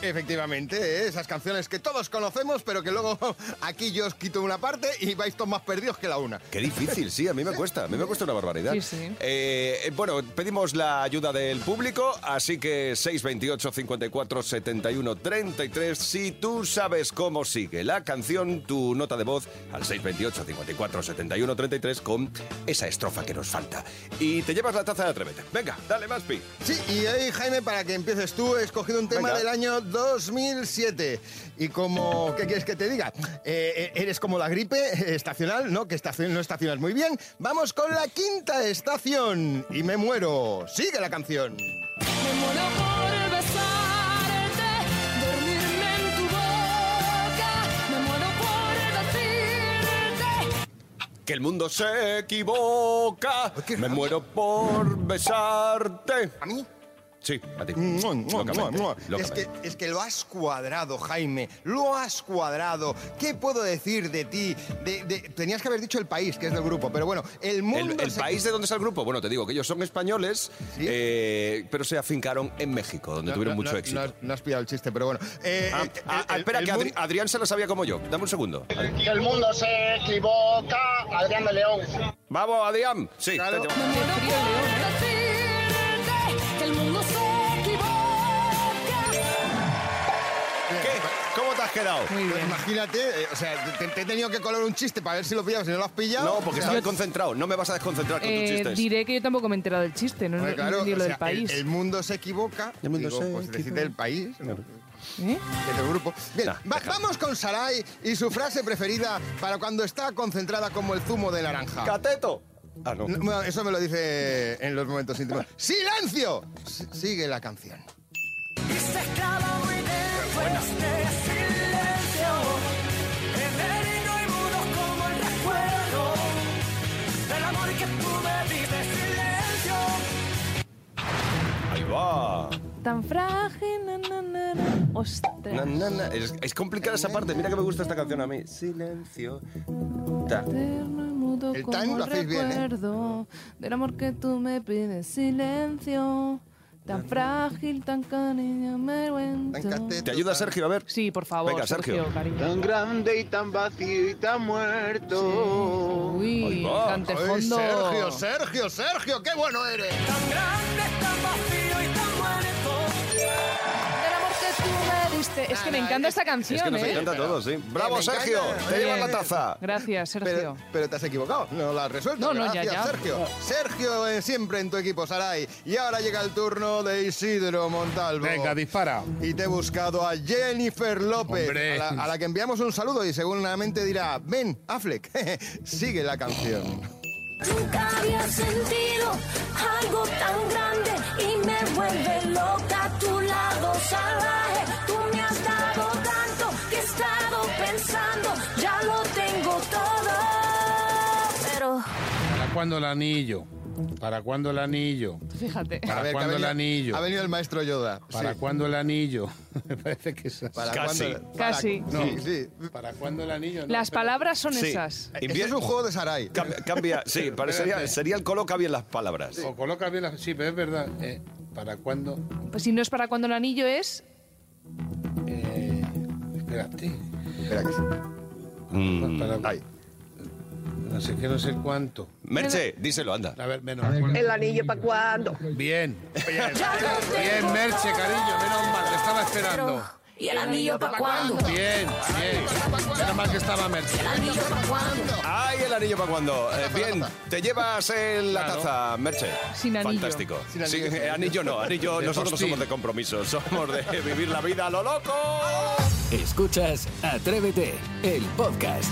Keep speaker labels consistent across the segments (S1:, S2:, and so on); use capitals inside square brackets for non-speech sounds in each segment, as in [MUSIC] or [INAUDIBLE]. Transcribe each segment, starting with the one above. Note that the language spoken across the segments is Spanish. S1: Efectivamente, ¿eh? esas canciones que todos conocemos, pero que luego [LAUGHS] aquí yo os quito una parte y vais todos más perdidos que la una.
S2: Qué difícil, sí, a mí me cuesta, a mí me cuesta una barbaridad.
S3: Sí, sí.
S2: Eh, bueno, pedimos la ayuda del público, así que 628 54 71 33. Si tú sabes cómo sigue la canción, tu nota de voz al 628 54 71 33 con esa estrofa que nos falta. Y te llevas la taza de Atrévete. Venga, dale, Maspi.
S1: [LAUGHS] Sí, y hoy, Jaime, para que empieces tú, he escogido un tema
S2: Venga.
S1: del año 2007. Y como, ¿qué quieres que te diga? Eh, eh, eres como la gripe eh, estacional, ¿no? Que estacion- no estacionas muy bien. Vamos con la quinta estación. Y me muero. Sigue la canción.
S4: Me muero por besarte, dormirme en tu boca. Me muero por decirte
S2: Que el mundo se equivoca.
S1: qué
S2: Me muero por besarte.
S1: ¿A mí?
S2: Sí, a ti.
S1: Mua, mua,
S2: Locamente,
S1: mua, mua. Es
S2: locamente.
S1: que, es que lo has cuadrado, Jaime. Lo has cuadrado. ¿Qué puedo decir de ti? De- de- tenías que haber dicho el país, que es del grupo, pero bueno, el mundo.
S2: El, el
S1: se-
S2: país de donde es el grupo, bueno, te digo que ellos son españoles,
S1: ¿Sí?
S2: eh, pero se afincaron en México, donde
S1: No,
S2: tuvieron
S1: no,
S2: mucho
S1: no,
S2: éxito.
S1: No, has- no has pillado el chiste, pero bueno. Eh,
S2: Ah,
S1: eh,
S2: ah,
S1: el-
S2: espera,
S1: el
S2: que Adri-
S1: mundo-
S2: Adrián se lo sabía como yo. Dame un segundo.
S5: Que el mundo se equivoca, Adrián de León.
S2: Vamos, Adrián. Sí.
S1: Claro.
S2: te-
S4: Me muero por decirte que el mundo se equivoca.
S2: ¿Qué? ¿Cómo te has quedado?
S3: Muy
S1: Pues
S3: bien.
S1: imagínate, eh, o sea, te, te he tenido que colar un chiste para ver si lo pillabas, si no lo has pillado.
S2: No, porque
S1: o sea,
S2: estaba concentrado. No me vas a
S1: Ah,
S2: desconcentrar con tus
S3: Eh,
S2: chistes.
S3: diré que yo tampoco me he enterado del chiste, no,
S1: hombre,
S3: no
S1: claro,
S3: entendí lo
S1: o sea,
S3: del país.
S1: El, el mundo se equivoca.
S2: El mundo
S1: digo,
S2: se
S1: pues decirte
S2: equivoca.
S1: el país. ¿no?
S3: ¿Eh?
S1: de tu grupo. Bien,
S2: Nah,
S1: va-
S2: deja.
S1: vamos con Sarai y su frase preferida para cuando está concentrada como el zumo de naranja.
S2: ¡Cateto! Ah, no.
S1: No, bueno, Eso me lo dice en los momentos
S2: [LAUGHS]
S1: íntimos. ¡Silencio! S- sigue la canción.
S6: Y se clava muy dentro este silencio, enérgico y mudo como el recuerdo del amor que tú me diste. Silencio,
S2: Ahí va.
S3: Tan frágil, na, na, na, na. Ostras.
S2: Na, na, na. Es, es complicada esa parte. Mira que me gusta esta canción a mí. Silencio. Ta.
S3: Eterno y mudo
S1: El
S3: como
S1: tan
S3: el
S1: lo hacéis bien, ¿eh?
S3: recuerdo del amor que tú me pides silencio tan frágil tan cariño me
S1: Tan
S3: cuento
S1: cateto,
S2: ¿Te ayuda,
S1: tan-
S2: Sergio? A ver.
S3: sí por favor
S2: Venga, Sergio.
S3: cariño.
S7: Tan grande y tan vacío y tan muerto.
S2: Ahí
S3: uy
S2: va.
S3: tan
S1: ¡Ay,
S3: tejondo
S1: Sergio, Sergio, Sergio! ¡Qué bueno eres!
S6: tan grande, tan vacío y tan muerto.
S3: del amor que tú me diste es que me
S1: Nada,
S3: encanta
S1: es-
S3: esta
S2: Es que
S3: canción
S2: nos
S3: eh
S2: encanta a todos, sí. ¡Bravo,
S1: me encanta.
S2: Sergio! ¡Te
S1: Oye.
S2: llevas la taza!
S3: gracias
S1: Pero,
S3: Sergio
S1: pero te has equivocado, no la has resuelto.
S3: No, no, ya,
S1: Gracias,
S3: ya.
S1: Sergio. Sergio eh, siempre en tu equipo, Sarai. Y ahora llega el turno de Isidro Montalvo.
S8: Venga, dispara.
S1: Y te he buscado a Jennifer López,
S8: Hombre.
S1: a la, a la que enviamos un saludo y seguramente dirá, ven, Affleck, [LAUGHS] sigue la canción.
S4: Nunca había sentido algo tan grande y me vuelve loca tu lado salvaje. Tú me has dado tanto que he estado pensando, ya lo tengo todo. Pero
S8: ¿Para cuándo el anillo? ¿Para cuándo el anillo?
S3: fíjate
S8: ¿Para
S1: que
S8: cuándo
S1: ha
S8: el
S1: venido-
S8: anillo?
S1: Ha venido el maestro Yoda.
S8: ¿Para
S1: sí.
S8: cuándo el anillo? [LAUGHS] Me parece que es así.
S1: ¿Para
S2: Casi.
S1: cuándo- para-
S3: Casi.
S1: sí, sí.
S8: ¿Para cuándo el anillo? No,
S3: las
S8: espera.
S3: palabras son
S2: Sí.
S3: esas
S1: Eso
S2: Invier-
S1: es un juego de Sarai.
S2: Cam- Cambia, sí, parecería, sería el coloca bien las palabras.
S8: O coloca bien las... Sí, pero es verdad. eh, ¿Para cuándo...?
S3: pues si no es para cuando el anillo es
S8: Eh, espérate.
S1: Espera que sí.
S2: Mm,
S8: Para-
S2: ay.
S8: No sé qué, no sé cuánto.
S2: Merche, díselo, anda.
S8: A ver, menos. ¿El anillo para cuándo? Bien. Bien, Bien, Merche, cariño. Menos mal, te estaba esperando.
S4: ¿y el anillo para cuándo?
S8: Bien, bien. Menos mal que estaba Merche.
S2: ¡Ay, el anillo para cuando! Eh, bien, te llevas eh, la
S8: Claro.
S2: taza, Merche.
S3: Sin anillo.
S2: Fantástico.
S1: Sin anillo.
S2: Sin- eh, anillo no, anillo.
S8: De
S2: nosotros no
S8: postín.
S2: somos de compromiso, somos de [LAUGHS] vivir la vida a lo loco.
S9: Escuchas Atrévete, el podcast.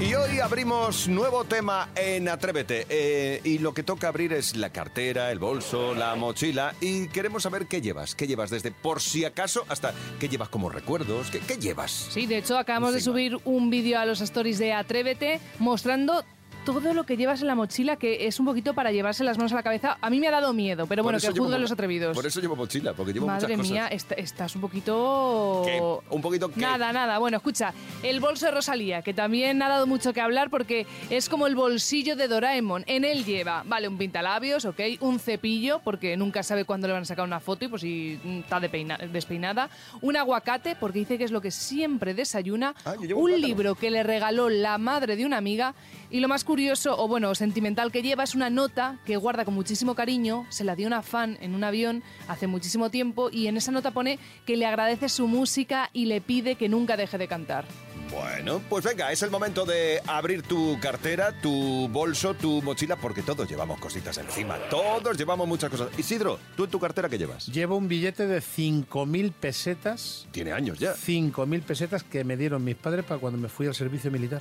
S2: Y hoy abrimos nuevo tema en Atrévete. Eh, y lo que toca abrir es la cartera, el bolso, la mochila. Y queremos saber qué llevas. ¿Qué llevas desde por si acaso hasta qué llevas como recuerdos? ¿Qué, qué llevas?
S3: Sí, de hecho acabamos de
S2: Encima.
S3: subir un vídeo a los stories de Atrévete mostrando todo lo que llevas en la mochila, que es un poquito para llevarse las manos a la cabeza. A mí me ha dado miedo, pero
S2: Por
S3: bueno,
S2: eso
S3: que
S2: llevo
S3: juzguen
S2: mo-
S3: los atrevidos.
S2: Por eso llevo mochila, porque llevo
S3: Madre
S2: muchas
S3: mía,
S2: cosas.
S3: est- estás un poquito...
S2: ¿Qué? Un poquito que...
S3: Nada, nada. Bueno, escucha, el bolso de Rosalía, que también ha dado mucho que hablar porque es como el bolsillo de Doraemon. En él lleva, vale, un pintalabios, ok, un cepillo, porque nunca sabe cuándo le van a sacar una foto y pues si mm, está depeina- despeinada, un aguacate, porque dice que es lo que siempre desayuna,
S2: Ah, yo llevo un
S3: un
S2: plátano.
S3: libro que le regaló la madre de una amiga y lo más curioso, o bueno, sentimental que lleva es una nota que guarda con muchísimo cariño, se la dio una fan en un avión hace muchísimo tiempo y en esa nota pone que le agradece su música y le pide que nunca deje de cantar.
S2: Bueno, pues venga, es el momento de abrir tu cartera, tu bolso, tu mochila, porque todos llevamos cositas encima. Todos llevamos muchas cosas. Isidro, ¿tú en tu cartera qué llevas?
S8: Llevo un billete de 5.000 pesetas.
S2: Tiene años ya.
S8: 5.000 pesetas que me dieron mis padres para cuando me fui al servicio militar.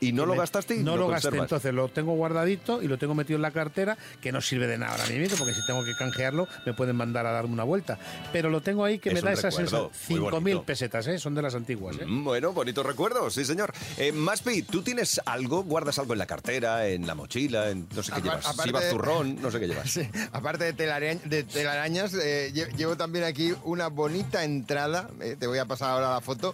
S2: ¿Y no
S8: Que
S2: lo
S8: me-
S2: gastaste? y
S8: No lo gasté,
S2: conservas.
S8: entonces lo tengo guardadito y lo tengo metido en la cartera, que no sirve de nada ahora mismo, porque si tengo que canjearlo me pueden mandar a darme una vuelta. Pero lo tengo ahí que
S2: Es
S8: me
S2: un
S8: da esa
S2: recuerdo
S8: sensación.
S2: muy bonito.
S8: 5.000 pesetas, ¿eh? son de las antiguas. ¿eh?
S2: Mm, Bueno, bonitos recuerdos, sí señor. Eh, Maspi, ¿tú tienes algo? ¿Guardas algo en la cartera, en la mochila, en no sé qué
S1: Apar-
S2: llevas? Si
S1: aparte-
S2: vas zurrón, no sé qué
S1: [LAUGHS]
S2: llevas.
S1: Sí, aparte de, telarañ- de telarañas, eh, lle- llevo también aquí una bonita entrada, eh, te voy a pasar ahora la foto,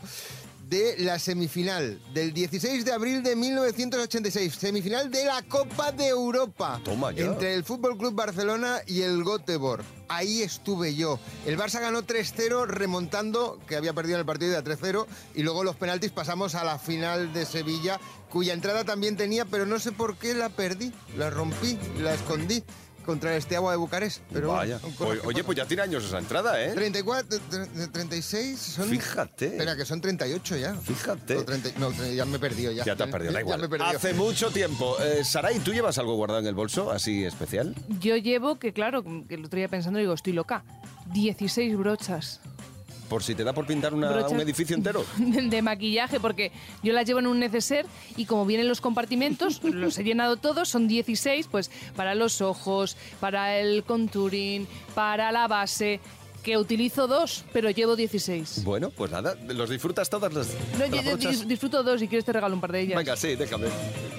S1: de la semifinal del 16 de abril de 1986, semifinal de la Copa de Europa.
S2: Toma ya.
S1: Entre el Fútbol Club Barcelona y el Göteborg. Ahí estuve yo. El Barça ganó 3-0 remontando, que había perdido en el partido de a 3-0, y luego los penaltis pasamos a la final de Sevilla, cuya entrada también tenía, pero no sé por qué la perdí, la rompí, la escondí contra este agua de Bucarest. Pero bueno,
S2: Vaya.
S1: son cosas
S2: Oye,
S1: que
S2: oye,
S1: pasan.
S2: pues ya tiene años esa entrada, ¿eh?
S1: 34, tre- tre- 36, son...
S2: Fíjate.
S1: Espera, que son 38 ya.
S2: Fíjate.
S1: O 30 no, ya me he perdido. Ya,
S2: Ya te has perdido, da
S1: Ya
S2: igual.
S1: me he perdido.
S2: Hace mucho tiempo. Eh, Saray, ¿tú llevas algo guardado en el bolso así especial?
S3: Yo llevo, que claro, que el otro día pensando digo, estoy loca, 16 brochas.
S2: Por si te da por pintar una-
S3: Brochas.
S2: un edificio entero.
S3: de, [LAUGHS] de maquillaje porque yo las llevo en un neceser y como vienen
S2: [LAUGHS]
S3: los compartimentos, los he llenado todos, son 16, pues para los ojos, para el contouring, para la base, que utilizo dos, pero llevo 16.
S2: Bueno, pues nada, los disfrutas todas las.
S3: No,
S2: las
S3: yo- yo
S2: brochas.
S3: dis- disfruto dos y quieres te regalo un par de ellas.
S2: Venga, sí, déjame.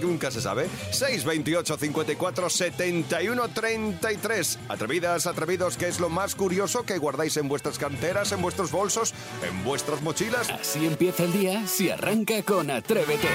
S2: Nunca se sabe. 628 54 71 33. Atrevidas, atrevidos, ¿qué es lo más curioso que guardáis en vuestras canteras, en vuestros bolsos, en vuestras mochilas?
S9: Así empieza el día si arranca con Atrévete.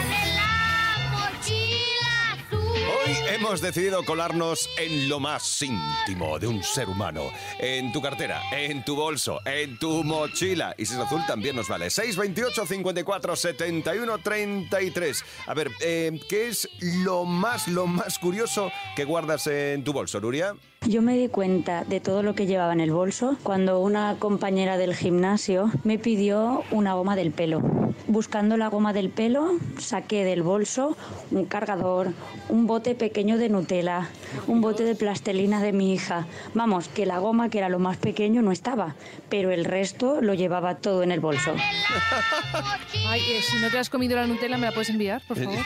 S2: Hoy hemos decidido colarnos en lo más íntimo de un ser humano. En tu cartera, en tu bolso, en tu mochila. Y si es azul también nos vale. 628 54 71 33. A ver, eh, ¿qué es lo más, lo más curioso que guardas en tu bolso, Nuria?
S10: Yo me di cuenta de todo lo que llevaba en el bolso cuando una compañera del gimnasio me pidió una goma del pelo. Buscando la goma del pelo, saqué del bolso un cargador, un bote pequeño de Nutella, un bote de plastelina de mi hija. Vamos, que la goma, que era lo más pequeño, no estaba, pero el resto lo llevaba todo en el bolso.
S3: Ay, eh, si no te has comido la Nutella, ¿me la puedes enviar,
S2: Eh,
S3: por favor?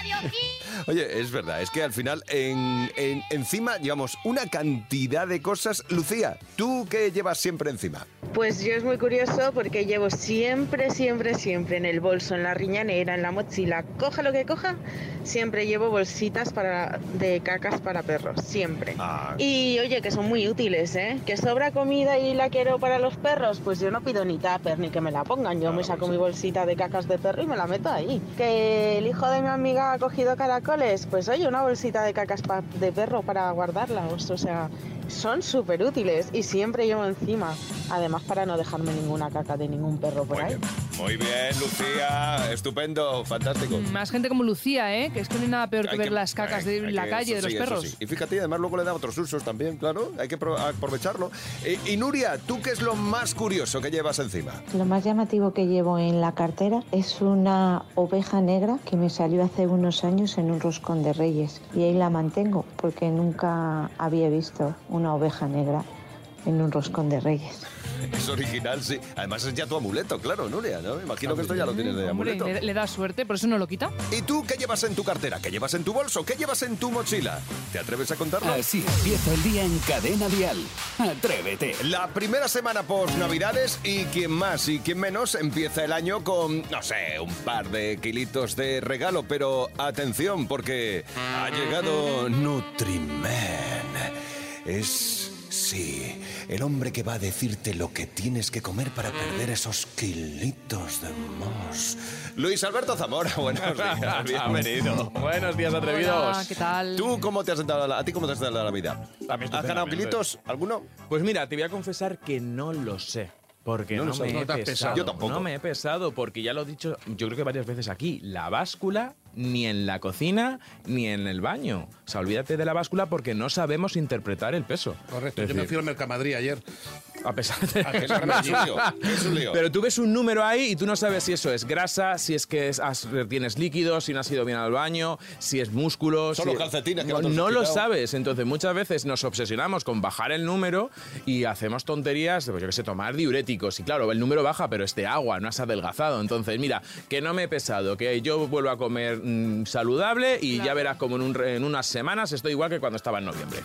S2: Oye, es verdad, es que al final en, en- encima llevamos una cantidad de cosas. Lucía, ¿tú qué llevas siempre encima?
S11: Pues yo es muy curioso porque llevo siempre, siempre, siempre en el bolso, en la riñanera, en la mochila, coja lo que coja, siempre llevo bolsitas para, de cacas para perros, siempre.
S2: Ah.
S11: Y oye, que son muy útiles, ¿eh? Que sobra comida y la quiero para los perros, pues yo no pido ni tupper ni que me la pongan, yo me saco mi bolsita de cacas de perro y me la meto ahí. Que el hijo de mi amiga ha cogido caracoles, pues oye, una bolsita de cacas pa- de perro para guardarlas, o sea, son súper útiles y siempre llevo encima, además para no dejarme ninguna caca de ningún perro por ahí.
S2: Muy bien, Lucía, estupendo, fantástico.
S3: Más gente como Lucía, ¿eh? Que es que no hay nada peor que
S2: Hay
S3: ver
S2: que-
S3: las cacas
S2: hay-
S3: de
S2: hay
S3: la
S2: que-
S3: calle,
S2: eso
S3: de
S2: sí,
S3: los
S2: eso
S3: perros.
S2: sí. Y fíjate, además luego le da otros usos también, claro, hay que pro- aprovecharlo. Eh, Y, y Nuria, ¿tú qué es lo más curioso que llevas encima? [LAUGHS]
S12: Lo más llamativo que llevo en la cartera es una oveja negra que me salió hace unos años en un roscón de reyes y ahí la mantengo porque nunca había visto una oveja negra en un roscón de reyes.
S2: Es original, sí. Además es ya tu amuleto, claro, Nuria, ¿no? Me Imagino que esto ya lo tienes de
S3: Hombre,
S2: amuleto.
S3: le, le da suerte, por eso no lo quita.
S2: ¿Y tú qué llevas en tu cartera? ¿Qué llevas en tu bolso? ¿Qué llevas en tu mochila? ¿Te atreves a contarlo?
S9: Así empieza el día en Cadena Dial. Atrévete.
S2: La primera semana post Navidades y quien más y quien menos empieza el año con, no sé, un par de kilitos de regalo, pero atención porque ha llegado Nutrimen. Es, sí, el hombre que va a decirte lo que tienes que comer para perder esos kilitos de más. Luis Alberto Zamora, [LAUGHS] buenos días, bienvenido.
S13: Buenos días, atrevidos.
S3: Hola, ¿qué tal?
S2: ¿Tú cómo te has sentado a la- a ti cómo te has sentado a la vida? ¿Has ganado
S13: estupendamente.
S2: kilitos? ¿Alguno?
S13: Pues mira, te voy a confesar que no lo sé. Porque
S2: No
S13: no,
S2: lo sé.
S13: me
S2: No
S13: he
S2: te has
S13: pesado.
S2: pesado. Yo tampoco.
S13: No me he pesado, porque ya lo he dicho, yo creo que varias veces aquí, la báscula ni en la cocina ni en el baño. O sea, olvídate de la báscula porque no sabemos interpretar el peso.
S8: Correcto,
S13: Es
S8: yo me
S13: decir,
S8: fui al Mercamadrid ayer.
S13: A pesar de
S8: Ah, que
S13: [LAUGHS]
S8: es un lío, que es un lío.
S13: Pero tú ves un número ahí y tú no sabes si eso es grasa, si es que es- has- retienes líquidos, si no has ido bien al baño, si es músculo.
S2: Son
S13: si-
S2: los calcetines que no
S13: no,
S2: te los has
S13: no lo
S2: quitado.
S13: sabes. Pues Entonces muchas veces nos obsesionamos con bajar el número y hacemos tonterías, pues, yo qué sé, tomar diuréticos. Y claro, el número baja, pero este agua no has adelgazado. Entonces, mira, que no me he pesado, que yo vuelvo a comer mm, saludable y ya verás como en, un re- en unas semanas estoy igual que cuando estaba en noviembre.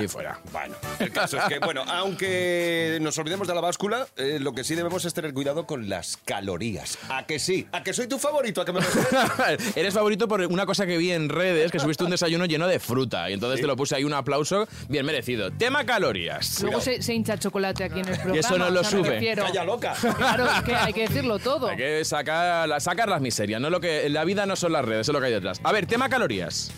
S13: Y fuera.
S2: Bueno. El caso es que, bueno, aunque nos olvidemos de la báscula, eh, lo que sí debemos es tener cuidado con las calorías. Ah, ¿A que sí? ¿A que soy tu favorito? ¿A que me lo crees?
S13: [LAUGHS] Eres favorito por una cosa que vi en redes, que subiste un desayuno lleno de fruta. Y entonces te lo puse ahí un aplauso bien merecido. Tema calorías.
S3: Luego se, se hincha chocolate aquí en el programa.
S13: eso no lo
S3: o sea, me
S13: sube.
S3: refiero-
S13: Calla, loca.
S3: Claro, es que hay que decirlo todo.
S13: Hay que sacar, la- sacar las miserias, no lo que la vida no son las redes, es lo que hay detrás. A ver, tema calorías.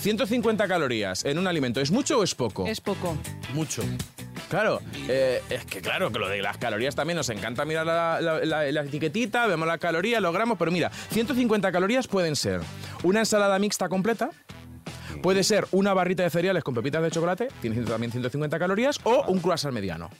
S13: 150 calorías en un alimento, ¿es mucho o es poco?
S3: Es poco.
S13: mucho. Claro, eh, es que claro, que lo de las calorías también nos encanta mirar la, la- la- la etiquetita, vemos la caloría, los gramos, pero mira, 150 calorías pueden ser una ensalada mixta completa, puede ser una barrita de cereales con pepitas de chocolate, tiene también 150 calorías, o un croissant mediano.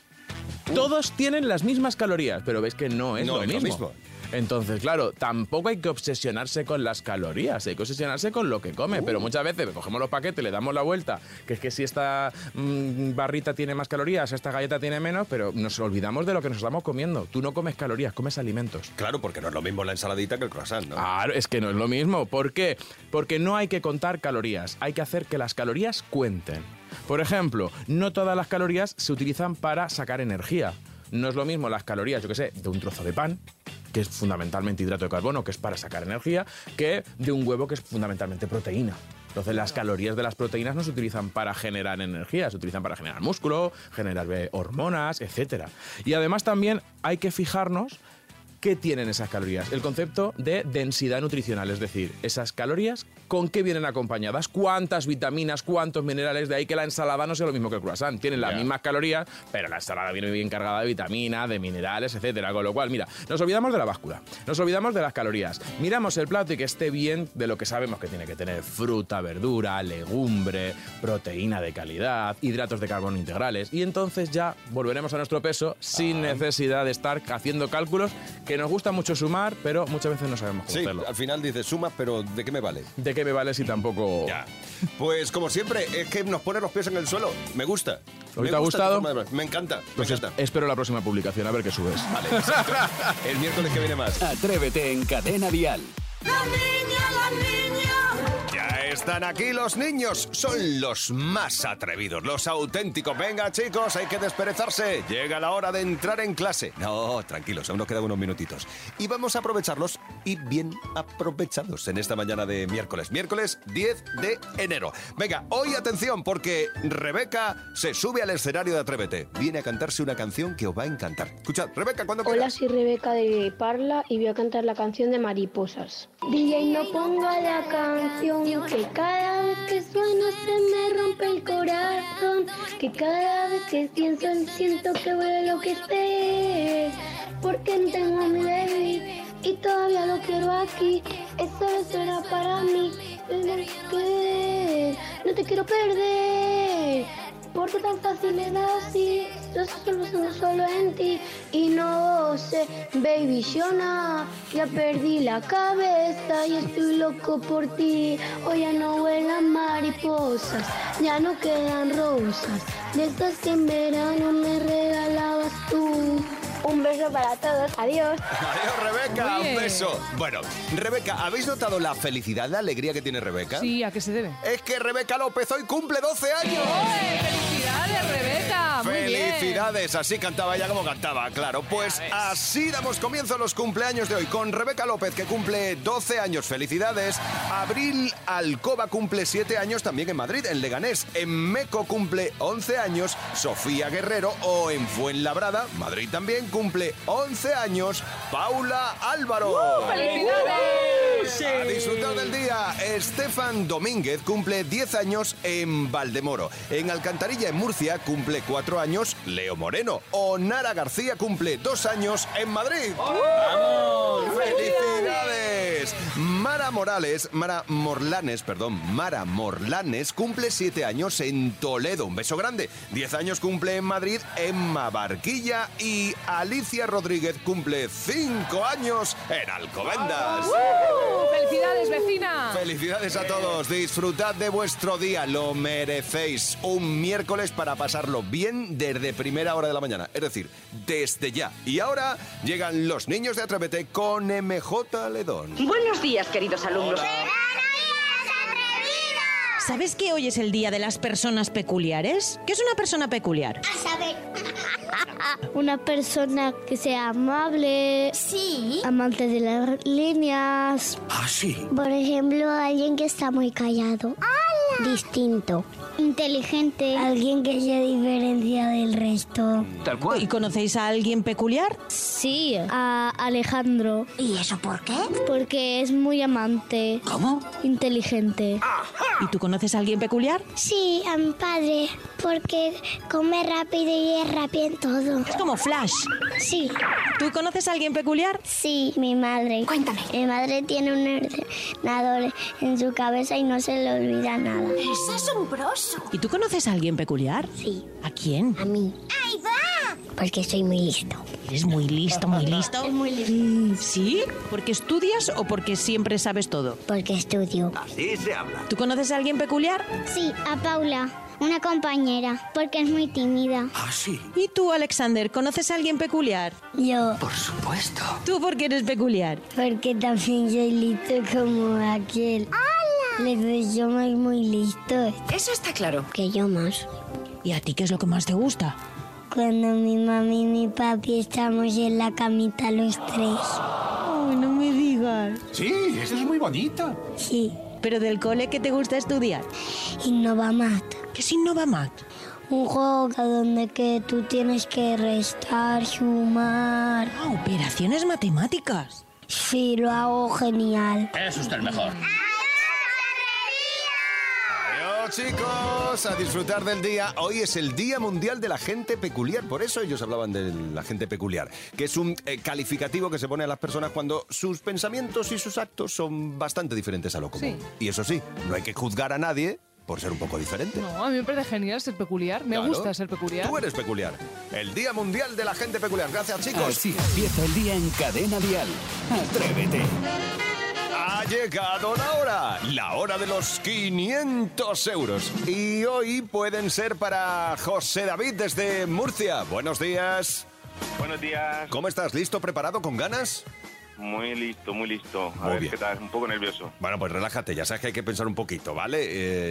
S13: Todos tienen las mismas calorías, pero veis que no es,
S2: Uh. No
S13: lo,
S2: es lo
S13: mismo.
S2: mismo.
S13: Entonces, claro, tampoco hay que obsesionarse con las calorías, hay que obsesionarse con lo que come.
S2: Uh.
S13: Pero muchas veces cogemos los paquetes, le damos la vuelta, que es que si esta mm, barrita tiene más calorías, esta galleta tiene menos, pero nos olvidamos de lo que nos estamos comiendo. Tú no comes calorías, comes alimentos.
S2: Claro, porque no es lo mismo la ensaladita que el croissant, ¿no?
S13: Claro, es que no es lo mismo. ¿Por qué? Porque no hay que contar calorías, hay que hacer que las calorías cuenten. Por ejemplo, no todas las calorías se utilizan para sacar energía. No es lo mismo las calorías, yo qué sé, de un trozo de pan, que es fundamentalmente hidrato de carbono, que es para sacar energía, que de un huevo, que es fundamentalmente proteína. Entonces las calorías de las proteínas no se utilizan para generar energía, se utilizan para generar músculo, generar eh, hormonas, etc. Y además también hay que fijarnos ¿Qué tienen esas calorías? El concepto de densidad nutricional, es decir, esas calorías, ¿con qué vienen acompañadas? ¿Cuántas vitaminas, cuántos minerales? De ahí que la ensalada no sea lo mismo que el croissant. Tienen las mismas calorías, pero la ensalada viene bien cargada de vitaminas, de minerales, etcétera. Con lo cual, mira, nos olvidamos de la báscula, nos olvidamos de las calorías. Miramos el plato y que esté bien de lo que sabemos que tiene que tener. Fruta, verdura, legumbre, proteína de calidad, hidratos de carbono integrales. Y entonces ya volveremos a nuestro peso sin
S2: Ah.
S13: necesidad de estar haciendo cálculos que nos gusta mucho sumar, pero muchas veces no sabemos cómo
S2: Sí,
S13: hacerlo.
S2: al final dices sumas, pero ¿de qué me vale?
S13: ¿De qué me vale si tampoco...?
S2: Pues como siempre, es que nos pone los pies en el suelo. Me gusta.
S13: ¿Hoy
S2: Me
S13: te
S2: gusta
S13: ha
S2: tu
S13: gustado?
S2: forma de hablar. Me encanta,
S13: Pues
S2: me
S13: es-
S2: encanta.
S13: espero la próxima publicación, a ver qué subes.
S2: Vale, exacto. El miércoles que viene más.
S9: Atrévete en Cadena Dial.
S4: La niña, la niña.
S2: Ya están aquí los niños, son los más atrevidos, los auténticos. Venga chicos, hay que desperezarse. Llega la hora de entrar en clase. No, tranquilos, aún nos quedan unos minutitos. Y vamos a aprovecharlos y bien aprovechados en esta mañana de miércoles, miércoles 10 de enero. Venga, hoy atención porque Rebeca se sube al escenario de Atrévete. Viene a cantarse una canción que os va a encantar. Escuchad, Rebeca, cuando
S14: Hola,
S2: quieras.
S14: soy Rebeca de Parla y voy a cantar la canción de Mariposas. DJ, no ponga la canción que cada vez que suena se me rompe el corazón, que cada vez que pienso en siento que voy a enloquecer, porque no tengo a mi baby y todavía lo quiero aquí, eso no será para mí, enloquecer. no te quiero perder. Porque tan fácil es así, los solo son solo en ti Y no sé, baby Shona, ya perdí la cabeza y estoy loco por ti Hoy ya no vuelan mariposas, ya no quedan rosas De estas que en verano me regalaba todos. Un, un beso para todos. Adiós.
S2: Adiós, Rebeca,
S14: Muy
S2: un
S14: bien.
S2: beso. Bueno, Rebeca, ¿habéis notado la felicidad, la alegría que tiene Rebeca?
S3: Sí, ¿a qué se debe?
S2: Es que Rebeca López hoy cumple 12 años.
S3: ¡Felicidades, Rebeca! Ah, Muy bien.
S2: Felicidades, así cantaba ella como cantaba, claro. Pues así damos comienzo a los cumpleaños de hoy con Rebeca López que cumple 12 años, felicidades. Abril Alcoba cumple 7 años también en Madrid, en Leganés. En Meco cumple 11 años, Sofía Guerrero o en Fuenlabrada, Madrid también cumple 11 años, Paula Álvaro.
S6: ¡Felicidades!
S2: A disfrutar del día. Estefan Domínguez cumple 10 años en Valdemoro. En Alcantarilla, en Murcia, cumple 4 años Leo Moreno. O Nara García cumple 2 años en Madrid. ¡Vamos! ¡Felicidades! Mara Morales, Mara Morlanes, perdón, Mara Morlanes cumple 7 años en Toledo. Un beso grande. 10 años cumple en Madrid, Emma Barquilla. Y Alicia Rodríguez cumple 5 años en Alcobendas.
S3: ¡Uh! ¡Felicidades, vecina!
S2: Felicidades a todos, disfrutad de vuestro día, lo merecéis. Un miércoles para pasarlo bien desde primera hora de la mañana, es decir, desde ya. Y ahora llegan los niños de Atrévete con MJ Ledón.
S15: Buenos días, queridos alumnos.
S16: ¿Sabes que hoy es el día de las personas peculiares? ¿Qué es una persona peculiar?
S14: Una persona que sea amable. Sí. Amante de las líneas.
S6: Ah, sí.
S14: Por ejemplo, alguien que está muy callado. Distinto. Inteligente. Alguien que se diferencia del resto.
S16: Tal cual. ¿Y conocéis a alguien peculiar?
S14: Sí, a Alejandro. ¿Y eso por qué? Porque es muy amante. ¿Cómo? Inteligente.
S16: ¿Y tú conoces a alguien peculiar?
S14: Sí, a mi padre, porque come rápido y es rápido en todo. Es
S16: como Flash.
S14: Sí.
S16: ¿Tú conoces a alguien peculiar?
S14: Sí, mi madre. Cuéntame. Mi madre tiene un ordenador en su cabeza y no se le olvida nada.
S16: Es
S14: asombroso.
S16: ¿Y tú conoces a alguien peculiar? Sí. ¿A quién? A mí.
S14: ¡Ahí va! Porque soy muy listo.
S16: Eres muy listo, muy listo. muy listo. ¿Sí? ¿Porque estudias o porque siempre sabes todo?
S14: Porque estudio.
S16: Así se habla. ¿Tú conoces a alguien peculiar?
S14: Sí, a Paula, una compañera, porque es muy tímida.
S16: Ah, sí. ¿Y tú, Alexander, conoces a alguien peculiar?
S14: Yo.
S16: Por supuesto. ¿Tú por qué eres peculiar?
S14: Porque también soy listo como aquel. ¡Hola! Les doy yo más muy listo. Eso está claro. Que yo más.
S16: ¿Y a ti qué es lo que más te gusta?
S14: Cuando mi mami y mi papi estamos en la camita los tres.
S16: no me digas.
S14: Sí,
S2: este
S14: eso es muy bonito. Sí.
S16: ¿Pero del cole qué te gusta estudiar?
S14: Innovamat.
S16: ¿Qué es Innovamat?
S14: Un juego a donde que tú tienes que restar, sumar.
S16: Ah, operaciones matemáticas.
S14: Sí, lo hago genial.
S2: Es usted el mejor. Adiós chicos, a disfrutar del día. Hoy es el Día Mundial de la Gente Peculiar, por eso ellos hablaban de la gente peculiar, que es un eh, calificativo que se pone a las personas cuando sus pensamientos y sus actos son bastante diferentes a lo común. Y eso sí, no hay que juzgar a nadie por ser un poco diferente.
S3: No, a mí me parece genial ser peculiar. Me
S2: Claro.
S3: gusta ser peculiar.
S2: Tú eres peculiar. El Día Mundial de la Gente Peculiar. Gracias chicos.
S9: Así empieza el día en Cadena Dial. Atrévete.
S2: Ha llegado la hora, la hora de los 500 euros. Y hoy pueden ser para José David desde Murcia. Buenos días.
S17: Buenos días.
S2: ¿Cómo estás? ¿Listo? ¿Preparado? ¿Con ganas?
S17: Muy listo, muy listo. A
S2: Muy
S17: ver
S2: bien.
S17: qué tal, un poco nervioso.
S2: Bueno, pues relájate, ya sabes que hay que pensar un poquito, ¿vale?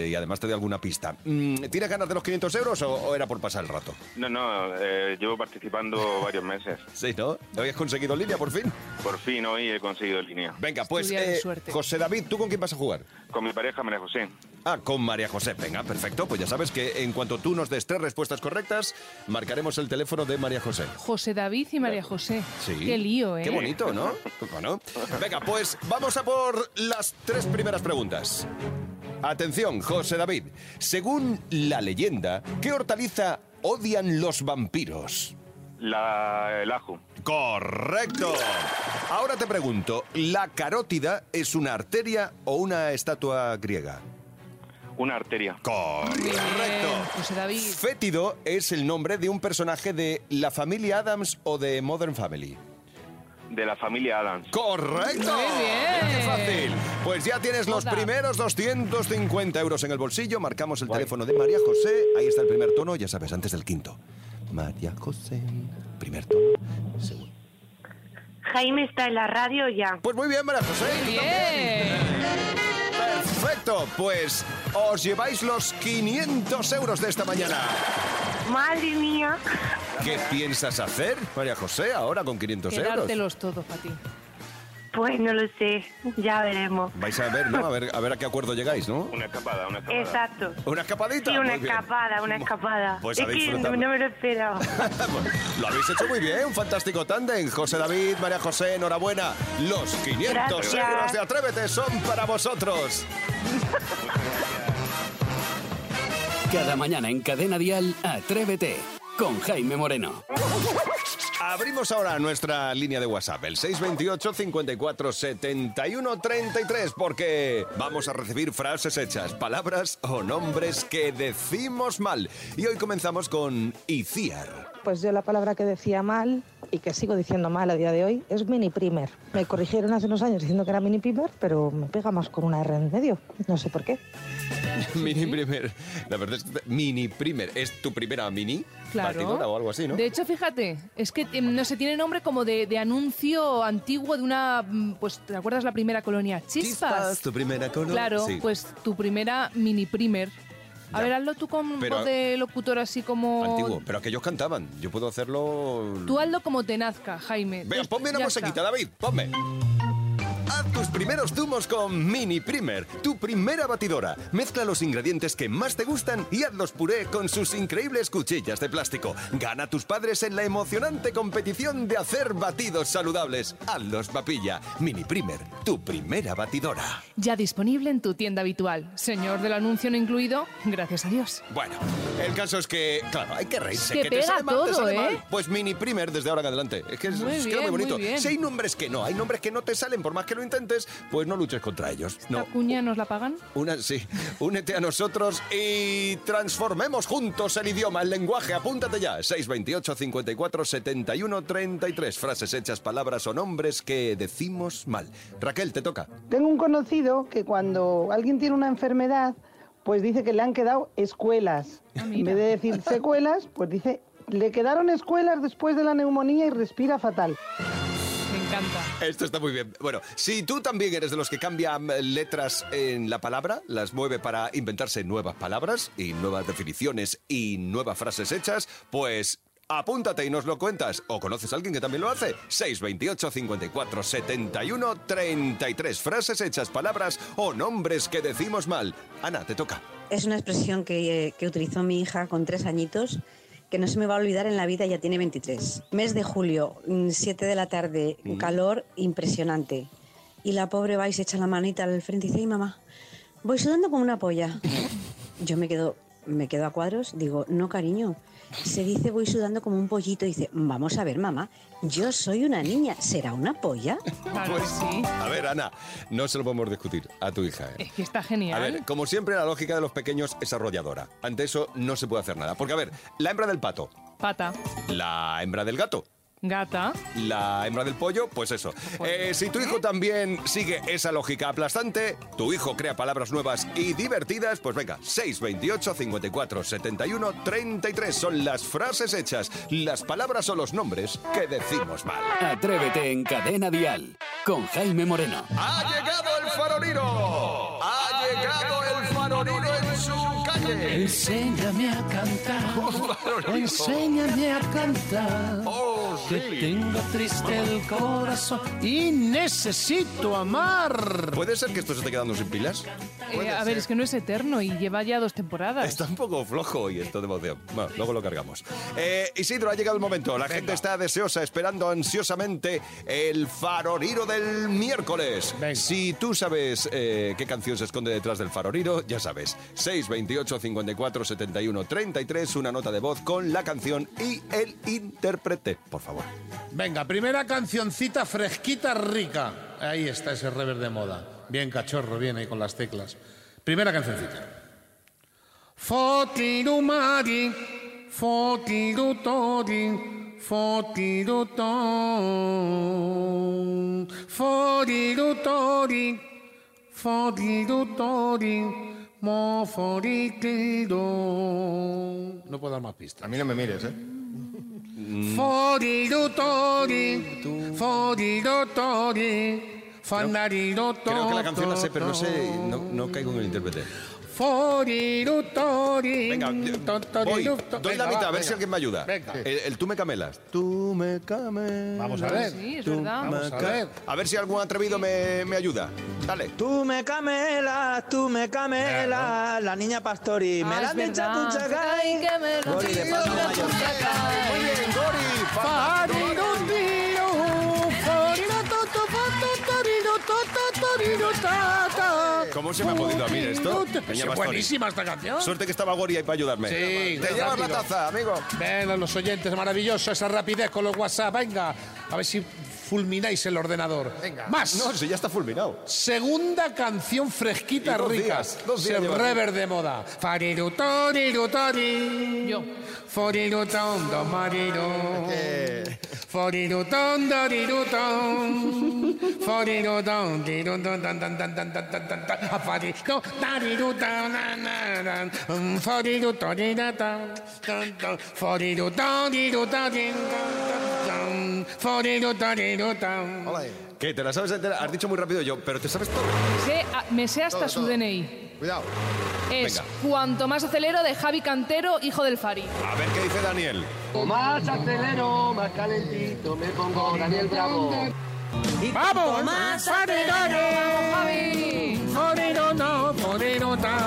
S2: Eh, y además te doy alguna pista. Mm, ¿Tienes ganas de los 500 euros o, o era por pasar el rato?
S17: No, no, eh, llevo participando varios meses.
S2: [LAUGHS] Sí, ¿no? ¿Hoy has conseguido línea por fin?
S17: Por fin hoy he conseguido línea.
S2: Venga, pues eh, José David, ¿tú con quién vas a jugar?
S17: Con mi pareja María José.
S2: Ah, con María José. Venga, perfecto. Pues ya sabes que en cuanto tú nos des tres respuestas correctas, marcaremos el teléfono de María José.
S3: José David y María José.
S2: Sí.
S3: Qué lío, ¿eh?
S2: Qué bonito, ¿no?
S3: [LAUGHS]
S2: Bueno. Venga, pues vamos a por las tres primeras preguntas. Atención, José David. Según la leyenda, ¿qué hortaliza odian los vampiros?
S17: La, el ajo.
S2: Correcto. Ahora te pregunto, ¿la carótida es una arteria o una estatua griega?
S17: Una arteria.
S2: Correcto.
S3: Eh,
S2: Fétido es el nombre de un personaje de la familia Adams o de Modern Family.
S17: De la familia Adams.
S2: ¡Correcto! ¡Qué fácil! Pues ya tienes los primeros 250 euros en el bolsillo. Marcamos el teléfono de María José. Ahí está el primer tono, ya sabes, antes del quinto. María José. primer tono.
S15: Jaime está en la radio ya.
S2: Pues muy bien, María José. Perfecto, pues os lleváis los 500 euros de esta mañana.
S15: Madre mía.
S2: ¿Qué piensas hacer, María José, ahora con 500 euros?
S3: Quedártelos todos para ti.
S15: Pues no lo sé, ya veremos.
S2: Vais a ver, ¿no? A ver, a ver a qué acuerdo llegáis, ¿no? Una escapada, una
S15: Exacto.
S2: ¿Una escapadita?
S15: Sí, una
S2: Muy bien.
S15: escapada, una escapada.
S2: Pues a
S15: es que no
S2: disfrutarlo.
S15: me lo esperaba.
S2: Lo habéis hecho muy bien, un fantástico tándem. José David, María José, enhorabuena. Los 500
S15: Gracias.
S2: euros de Atrévete son para vosotros.
S9: Cada mañana en Cadena Dial, Atrévete con Jaime Moreno.
S2: Abrimos ahora nuestra línea de WhatsApp, el 628 54 71 33, porque vamos a recibir frases hechas, palabras o nombres que decimos mal. Y hoy comenzamos con
S3: [LAUGHS]
S2: Iciar.
S18: Pues yo la palabra que decía mal y que sigo diciendo mal a día de hoy es mini primer. Me corrigieron hace unos años diciendo que era mini primer, pero me pega más con una R en medio. No sé por qué.
S2: Mini primer. La verdad es que mini primer. ¿Es tu primera mini?
S3: Claro.
S2: batidora o algo así, ¿no?
S3: De hecho, fíjate, es que em, no se tiene nombre como de, de anuncio antiguo de una. mm, Pues, ¿te acuerdas la primera colonia? Chispas.
S2: Chispas, tu primera colonia.
S3: Claro,
S2: Sí.
S3: pues tu primera mini primer. A ver, hazlo tú con
S2: Pero-
S3: voz de locutor así como.
S2: Antiguo, pero aquellos cantaban. Yo puedo hacerlo.
S3: Tú hazlo como te nazca, Jaime.
S2: Venga,
S3: Tú-
S2: ponme una
S3: ya
S2: musiquita,
S3: está.
S2: David, ponme. Haz tus primeros zumos con Mini Primer, tu primera batidora. Mezcla los ingredientes que más te gustan y hazlos puré con sus increíbles cuchillas de plástico. Gana a tus padres en la emocionante competición de hacer batidos saludables. Hazlos, papilla. Mini Primer, tu primera batidora.
S3: Ya disponible en tu tienda habitual. Señor del anuncio no incluido, gracias a Dios.
S2: Bueno, el caso es que, claro, hay que reírse.
S3: Es
S2: te
S3: que pega
S2: sale mal, te
S3: todo,
S2: sale
S3: ¿eh?
S2: mal. Pues mini primer desde ahora en adelante. Es que es,
S3: Muy
S2: es que
S3: bien,
S2: era muy bonito.
S3: muy bien.
S2: Si hay nombres que no, hay nombres que no te salen, por más que lo intentes, pues no luches contra ellos.
S3: ¿La
S2: No.
S3: cuña nos la pagan?
S2: Una, sí, [LAUGHS] únete a nosotros y transformemos juntos el idioma, el lenguaje. Apúntate ya. 628 54 71 33. Frases hechas, palabras o nombres que decimos mal. Raquel, te toca.
S19: Tengo un conocido que cuando alguien tiene una enfermedad, pues dice que le han quedado escuelas. en vez de decir secuelas, pues dice, le quedaron escuelas después de la neumonía y respira fatal.
S2: Esto está muy bien. Bueno, si tú también eres de los que cambian eh, letras en la palabra, las mueve para inventarse nuevas palabras y nuevas definiciones y nuevas frases hechas, pues apúntate y nos lo cuentas. O conoces a alguien que también lo hace. 628 54 71 33. Frases hechas, palabras o nombres que decimos mal. Ana, te toca.
S20: Es una expresión que, que utilizó mi hija con tres añitos que no se me va a olvidar en la vida, ya tiene 23. Mes de julio, mm, 7 de la tarde, un
S21: Mm.
S20: calor impresionante. Y la pobre va y se echa la manita al frente y dice, ay mamá, voy sudando como una polla. Yo me quedo, me quedo a cuadros, digo, no cariño, se dice voy sudando como un pollito. Y dice, vamos a ver mamá, yo soy una niña, ¿será una polla?
S2: Pues A ver, Ana, no se lo podemos discutir a tu hija. ¿eh?
S3: Es [LAUGHS] que está genial.
S2: A ver, como siempre, la lógica de los pequeños es arrolladora. Ante eso no se puede hacer nada. Porque, a ver, la hembra del pato,
S3: Pata,
S2: la hembra del gato,
S3: gata.
S2: la hembra del pollo, pues eso. Eh, si tu hijo también sigue esa lógica aplastante, tu hijo crea palabras nuevas y divertidas, pues venga, 628 54 71 33 son las frases hechas, las palabras o los nombres que decimos mal.
S9: Atrévete en Cadena Dial con Jaime Moreno.
S2: ¡Ha llegado el farolino! ¡Ha llegado el farolino en su calle!
S6: Enséñame a cantar,
S2: farolito.
S6: enséñame a cantar. Que tengo triste el corazón y necesito amar.
S2: ¿Puede ser que esto se esté quedando sin pilas?
S3: Eh, a ver, es que no es eterno y lleva ya dos temporadas.
S2: Está un poco flojo hoy esto de emoción. Bueno, luego lo cargamos. Eh, Isidro, ha llegado el momento. La gente está deseosa, esperando ansiosamente el faroriro del miércoles. Si tú sabes eh, qué canción se esconde detrás del faroriro, ya sabes. 628 54 71 33, una nota de voz con la canción y el intérprete, por favor.
S8: Venga, primera cancioncita fresquita, rica. Ahí está ese rever de moda. Bien cachorro, bien ahí con las teclas. Primera cancioncita. Fotiru mari, fotiru tori, fotiru ton, fotiru tori, fotiru tori, mo foritiru. No puedo dar más pistas. Mm,
S1: A mí no me mires, ¿eh?
S8: Forirotori, forirotori, fandarirotoro.
S2: Creo que la canción la sé, pero no sé, no, no caigo en el intérprete.
S8: Forirotori.
S2: Venga, Voy, doy la mitad, a ver si alguien me ayuda.
S8: Venga.
S2: El, el tú me camelas. Tú me camelas.
S8: Vamos a ver.
S3: Sí, es
S2: Tú
S3: verdad.
S2: me
S3: Vamos a
S2: ca-
S3: ver.
S2: A ver si algún atrevido me, me ayuda. Dale.
S21: Tú me camelas, tú me camelas, la niña Pastori. Me
S3: Ah,
S21: la has
S3: es verdad.
S21: pinchado tu
S3: Ay, que me lo
S21: Gori de Palma
S3: tiro,
S21: Mayor.
S3: chacay.
S2: Muy bien, Gori. ¿Cómo se me ha podido a mí esto? Peña
S8: Es
S2: Pastori.
S8: buenísima esta canción.
S2: Suerte que estaba Gori ahí para ayudarme.
S8: Sí,
S2: Te llevas la taza. amigo.
S8: Venga, los oyentes, maravilloso, esa rapidez con los WhatsApp. Venga, a ver si fulmináis el ordenador. Venga. Más.
S2: No, si ya está fulminado.
S8: Segunda canción fresquita
S2: Y dos
S8: rica.
S2: días, dos días
S8: Se
S2: lleva
S8: rever
S2: aquí.
S8: de moda. Farirutorirutori. Yo. Forirutondo, mariru. Forirutondo, riruton. Foriruton, dirutun, tan, tan, tan, tan, tan, tan, tan, tan. Fariruton, tariruton, na, na, na. Mm, forirutoriratan, tan, tan. Foriruton, dirutorin, tan, tan. Forirutorirutan.
S2: ¿Qué? ¿Te la sabes entera? Has dicho muy rápido yo, pero te sabes todo.
S3: Sé- a- me sé hasta
S2: Todo,
S3: su
S2: todo.
S3: DNI.
S2: Cuidado.
S3: Es
S2: Venga.
S3: Cuanto más acelero de Javi Cantero, hijo del Fari.
S2: A ver qué dice Daniel.
S6: Más acelero, más calentito, me pongo Daniel Bravo.
S8: ¡Vamos!
S6: Más
S8: Javi! Forero no, forero ta.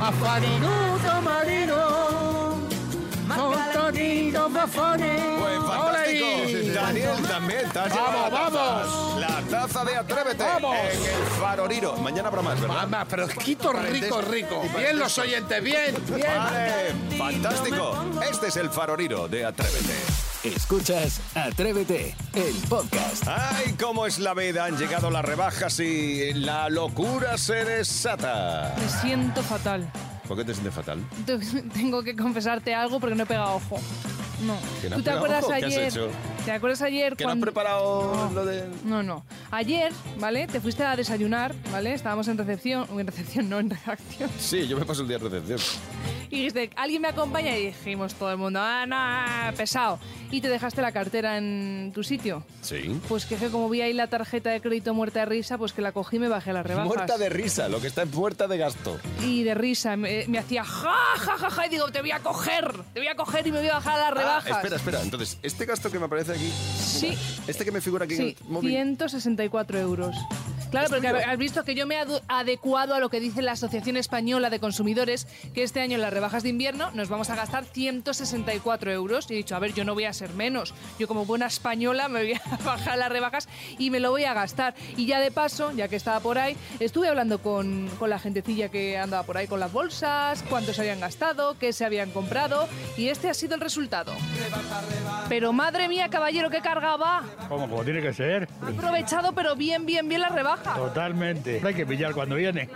S8: A fariruto marino. Montonino va fore.
S2: Pues fantástico. Daniel también. te has llevado la
S8: ¡Vamos,
S2: taza.
S8: vamos!
S2: La taza de Atrévete
S8: ¡Vamos!
S2: en el Faroriro. Mañana habrá más, ¿verdad?
S8: Mamá, pero quito rico, rico. Bien los oyentes, bien, bien.
S2: Vale, fantástico. Este es el Faroriro de Atrévete.
S9: Escuchas Atrévete, el podcast.
S2: ¡Ay, cómo es la vida! Han llegado las rebajas y la locura se desata.
S3: Me siento fatal.
S2: ¿Por qué te sientes fatal?
S3: Te- Tengo que confesarte algo porque no he pegado ojo. No.
S2: ¿Que no
S3: ¿Tú
S2: has
S3: te
S2: pegado
S3: acuerdas
S2: ojo? ¿Qué has
S3: ayer?
S2: hecho?
S3: ¿Te acuerdas ayer
S2: ¿Que no has
S3: cuando
S2: preparado lo de...?
S3: No, no. Ayer, ¿vale? Te fuiste a desayunar, ¿vale? Estábamos en recepción, en recepción no en redacción.
S2: Sí, yo me paso el día en recepción.
S3: Y dijiste, "¿Alguien me acompaña?" Y dijimos todo el mundo, "Ah, no, ah, pesado." Y te dejaste la cartera en tu sitio.
S2: Sí.
S3: Pues que, je, como vi ahí la tarjeta de crédito muerta de risa, pues que la cogí y me bajé a las rebajas.
S2: Muerta de risa, lo que está es muerta de gasto.
S3: y de risa. Me, me hacía ja, ja, ja, ja, y digo, te voy a coger, te voy a coger y me voy a bajar a las rebajas.
S2: Ah, espera, espera. Entonces, este gasto que me aparece aquí...
S3: Sí,
S2: Este que me figura aquí
S3: sí,
S2: en el móvil...
S3: 164 euros. Claro, porque
S2: tuyo?
S3: has visto que yo me he adu- adecuado a lo que dice la Asociación Española de Consumidores, que este año en las rebajas de invierno nos vamos a gastar 164 euros. Y he dicho, a ver, yo no voy a ser menos. Yo como buena española me voy a [LAUGHS] bajar las rebajas y me lo voy a gastar. Y ya de paso, ya que estaba por ahí, estuve hablando con, con la gentecilla que andaba por ahí con las bolsas, cuánto se habían gastado, qué se habían comprado. Y este ha sido el resultado. Pero madre mía, caballero, qué cargaba.
S22: Como, como tiene que ser.
S3: aprovechado, pero bien, bien, bien la rebaja.
S22: Totalmente. Hay que pillar cuando viene.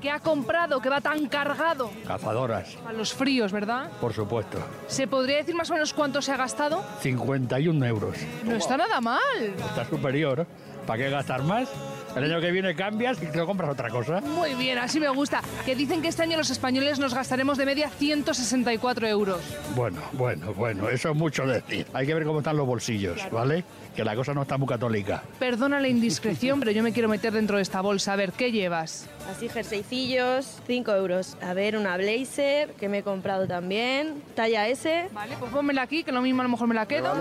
S3: ¿Qué ha comprado? Que va tan cargado.
S22: Cazadoras,
S3: A los fríos, ¿verdad?
S22: por supuesto.
S3: ¿Se podría decir más o menos cuánto se ha gastado?
S22: 51 euros.
S3: No está nada mal.
S22: Está superior. ¿Para qué gastar más? El año que viene cambias y te compras otra cosa.
S3: Muy bien, así me gusta. Que dicen que este año los españoles nos gastaremos de media 164 euros.
S22: Bueno, bueno, bueno, eso es mucho decir. Hay que ver cómo están los bolsillos, ¿vale? Que la cosa no está muy católica.
S3: Perdona
S23: [LAUGHS]
S3: la indiscreción, pero yo me quiero meter dentro de esta bolsa. A ver, ¿qué llevas?
S24: Así jerseycillos, 5 euros. A ver, una blazer que me he comprado también, talla S.
S3: Vale, pues pónmela aquí, que lo mismo a lo mejor me la quedo.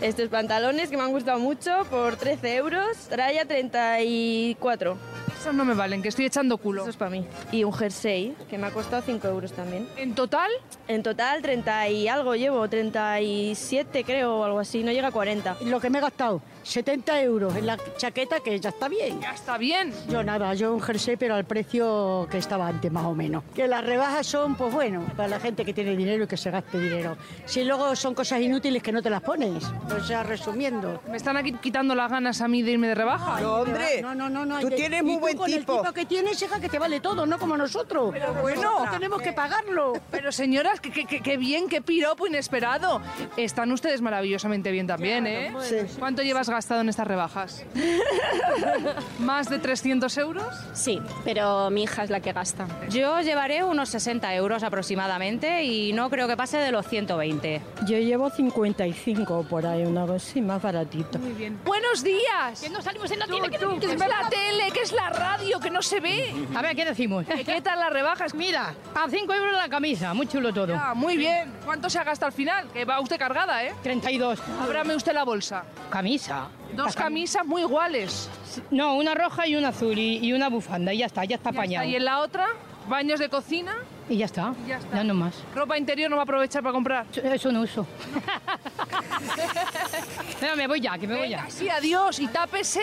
S24: Estos pantalones que me han gustado mucho por 13 euros, tralla 34.
S3: Esos no me valen, que estoy echando culo.
S24: Eso es para mí. Y un jersey que me ha costado 5 euros también.
S3: ¿En total?
S24: En total 30 y algo llevo, 37 creo o algo así, no llega a 40.
S23: Lo que me he gastado, 70 euros en la chaqueta, que ya está bien.
S3: Ya está bien.
S23: Yo nada, yo un jersey, pero al precio que estaba antes, más o menos. Que las rebajas son, pues bueno, para la gente que tiene dinero y que se gaste dinero. Si luego son cosas inútiles que no te las pones. O sea, resumiendo.
S3: Me están aquí quitando las ganas a mí de irme de rebaja.
S23: No, hombre. No, no, no, no. Tú tienes muy buen tipo. El tipo que tienes, hija, que te vale todo, no como nosotros. Pero
S3: bueno.
S23: tenemos que pagarlo.
S3: Pero señoras, qué, qué- qué- qué bien, qué piropo inesperado. Están ustedes maravillosamente bien también,
S23: Claro,
S3: ¿eh?
S23: bueno, [LAUGHS]
S3: ¿Cuánto llevas gastado en estas rebajas? ¿Más de 300 euros?
S5: Sí, pero mi hija es la que gasta.
S7: Yo llevaré unos 60 euros aproximadamente y no creo que pase de los 120.
S10: Yo llevo 55 por ahí, una cosa así, más baratito.
S3: Muy bien. ¡Buenos días! Que no salimos en la tele, que, es la tele, que es la radio, que no se ve. Eh,
S11: A ver, ¿qué decimos? ¿Qué tal las rebajas? Mira, a 5 euros la camisa, muy chulo todo.
S3: Ah, muy bien. ¿Cuánto se ha gastado al final? Que va usted cargada, ¿eh?
S11: 32.
S3: Ábrame usted la bolsa.
S11: Camisa.
S3: Dos camisas muy iguales.
S11: No, una roja y una azul y, y una bufanda y ya está, ya está
S3: Ya está.
S11: apañado.
S3: Y en la otra, baños de cocina.
S11: Y ya está, ya
S3: Ya está.
S11: no más.
S3: Ropa interior no va a aprovechar para comprar.
S11: Eso no uso. Venga, me voy ya, que me voy ya.
S3: Venga, sí, adiós y tápese.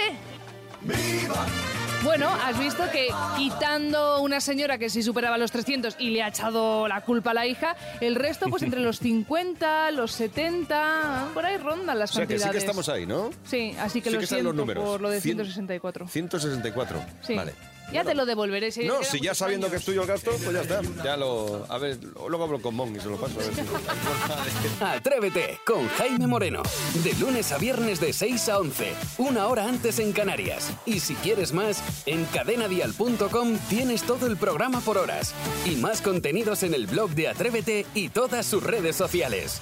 S3: Bueno, has visto que quitando una señora que sí superaba los 300 y le ha echado la culpa a la hija, el resto pues entre los 50, los 70, por ahí rondan las
S2: O sea que sí
S3: cantidades.
S2: que estamos ahí, ¿no?
S3: Sí, así que
S2: Sí
S3: lo
S2: que salen
S3: siento
S2: los números.
S3: por lo de
S2: Cien-
S3: 164.
S2: 164.
S3: Sí. Eh,
S2: Vale.
S3: Ya te lo devolveré. Si
S2: No,
S3: quedan
S2: si ya
S3: muchos
S2: sabiendo
S3: años.
S2: que es tuyo el gasto, pues ya está. Ya lo. A ver, luego hablo con Mon y se lo paso. A ver si-
S9: Atrévete con Jaime Moreno. De lunes a viernes de 6 a 11, una hora antes en Canarias. Y si quieres más, en cadenadial.com tienes todo el programa por horas y más contenidos en el blog de Atrévete y todas sus redes sociales.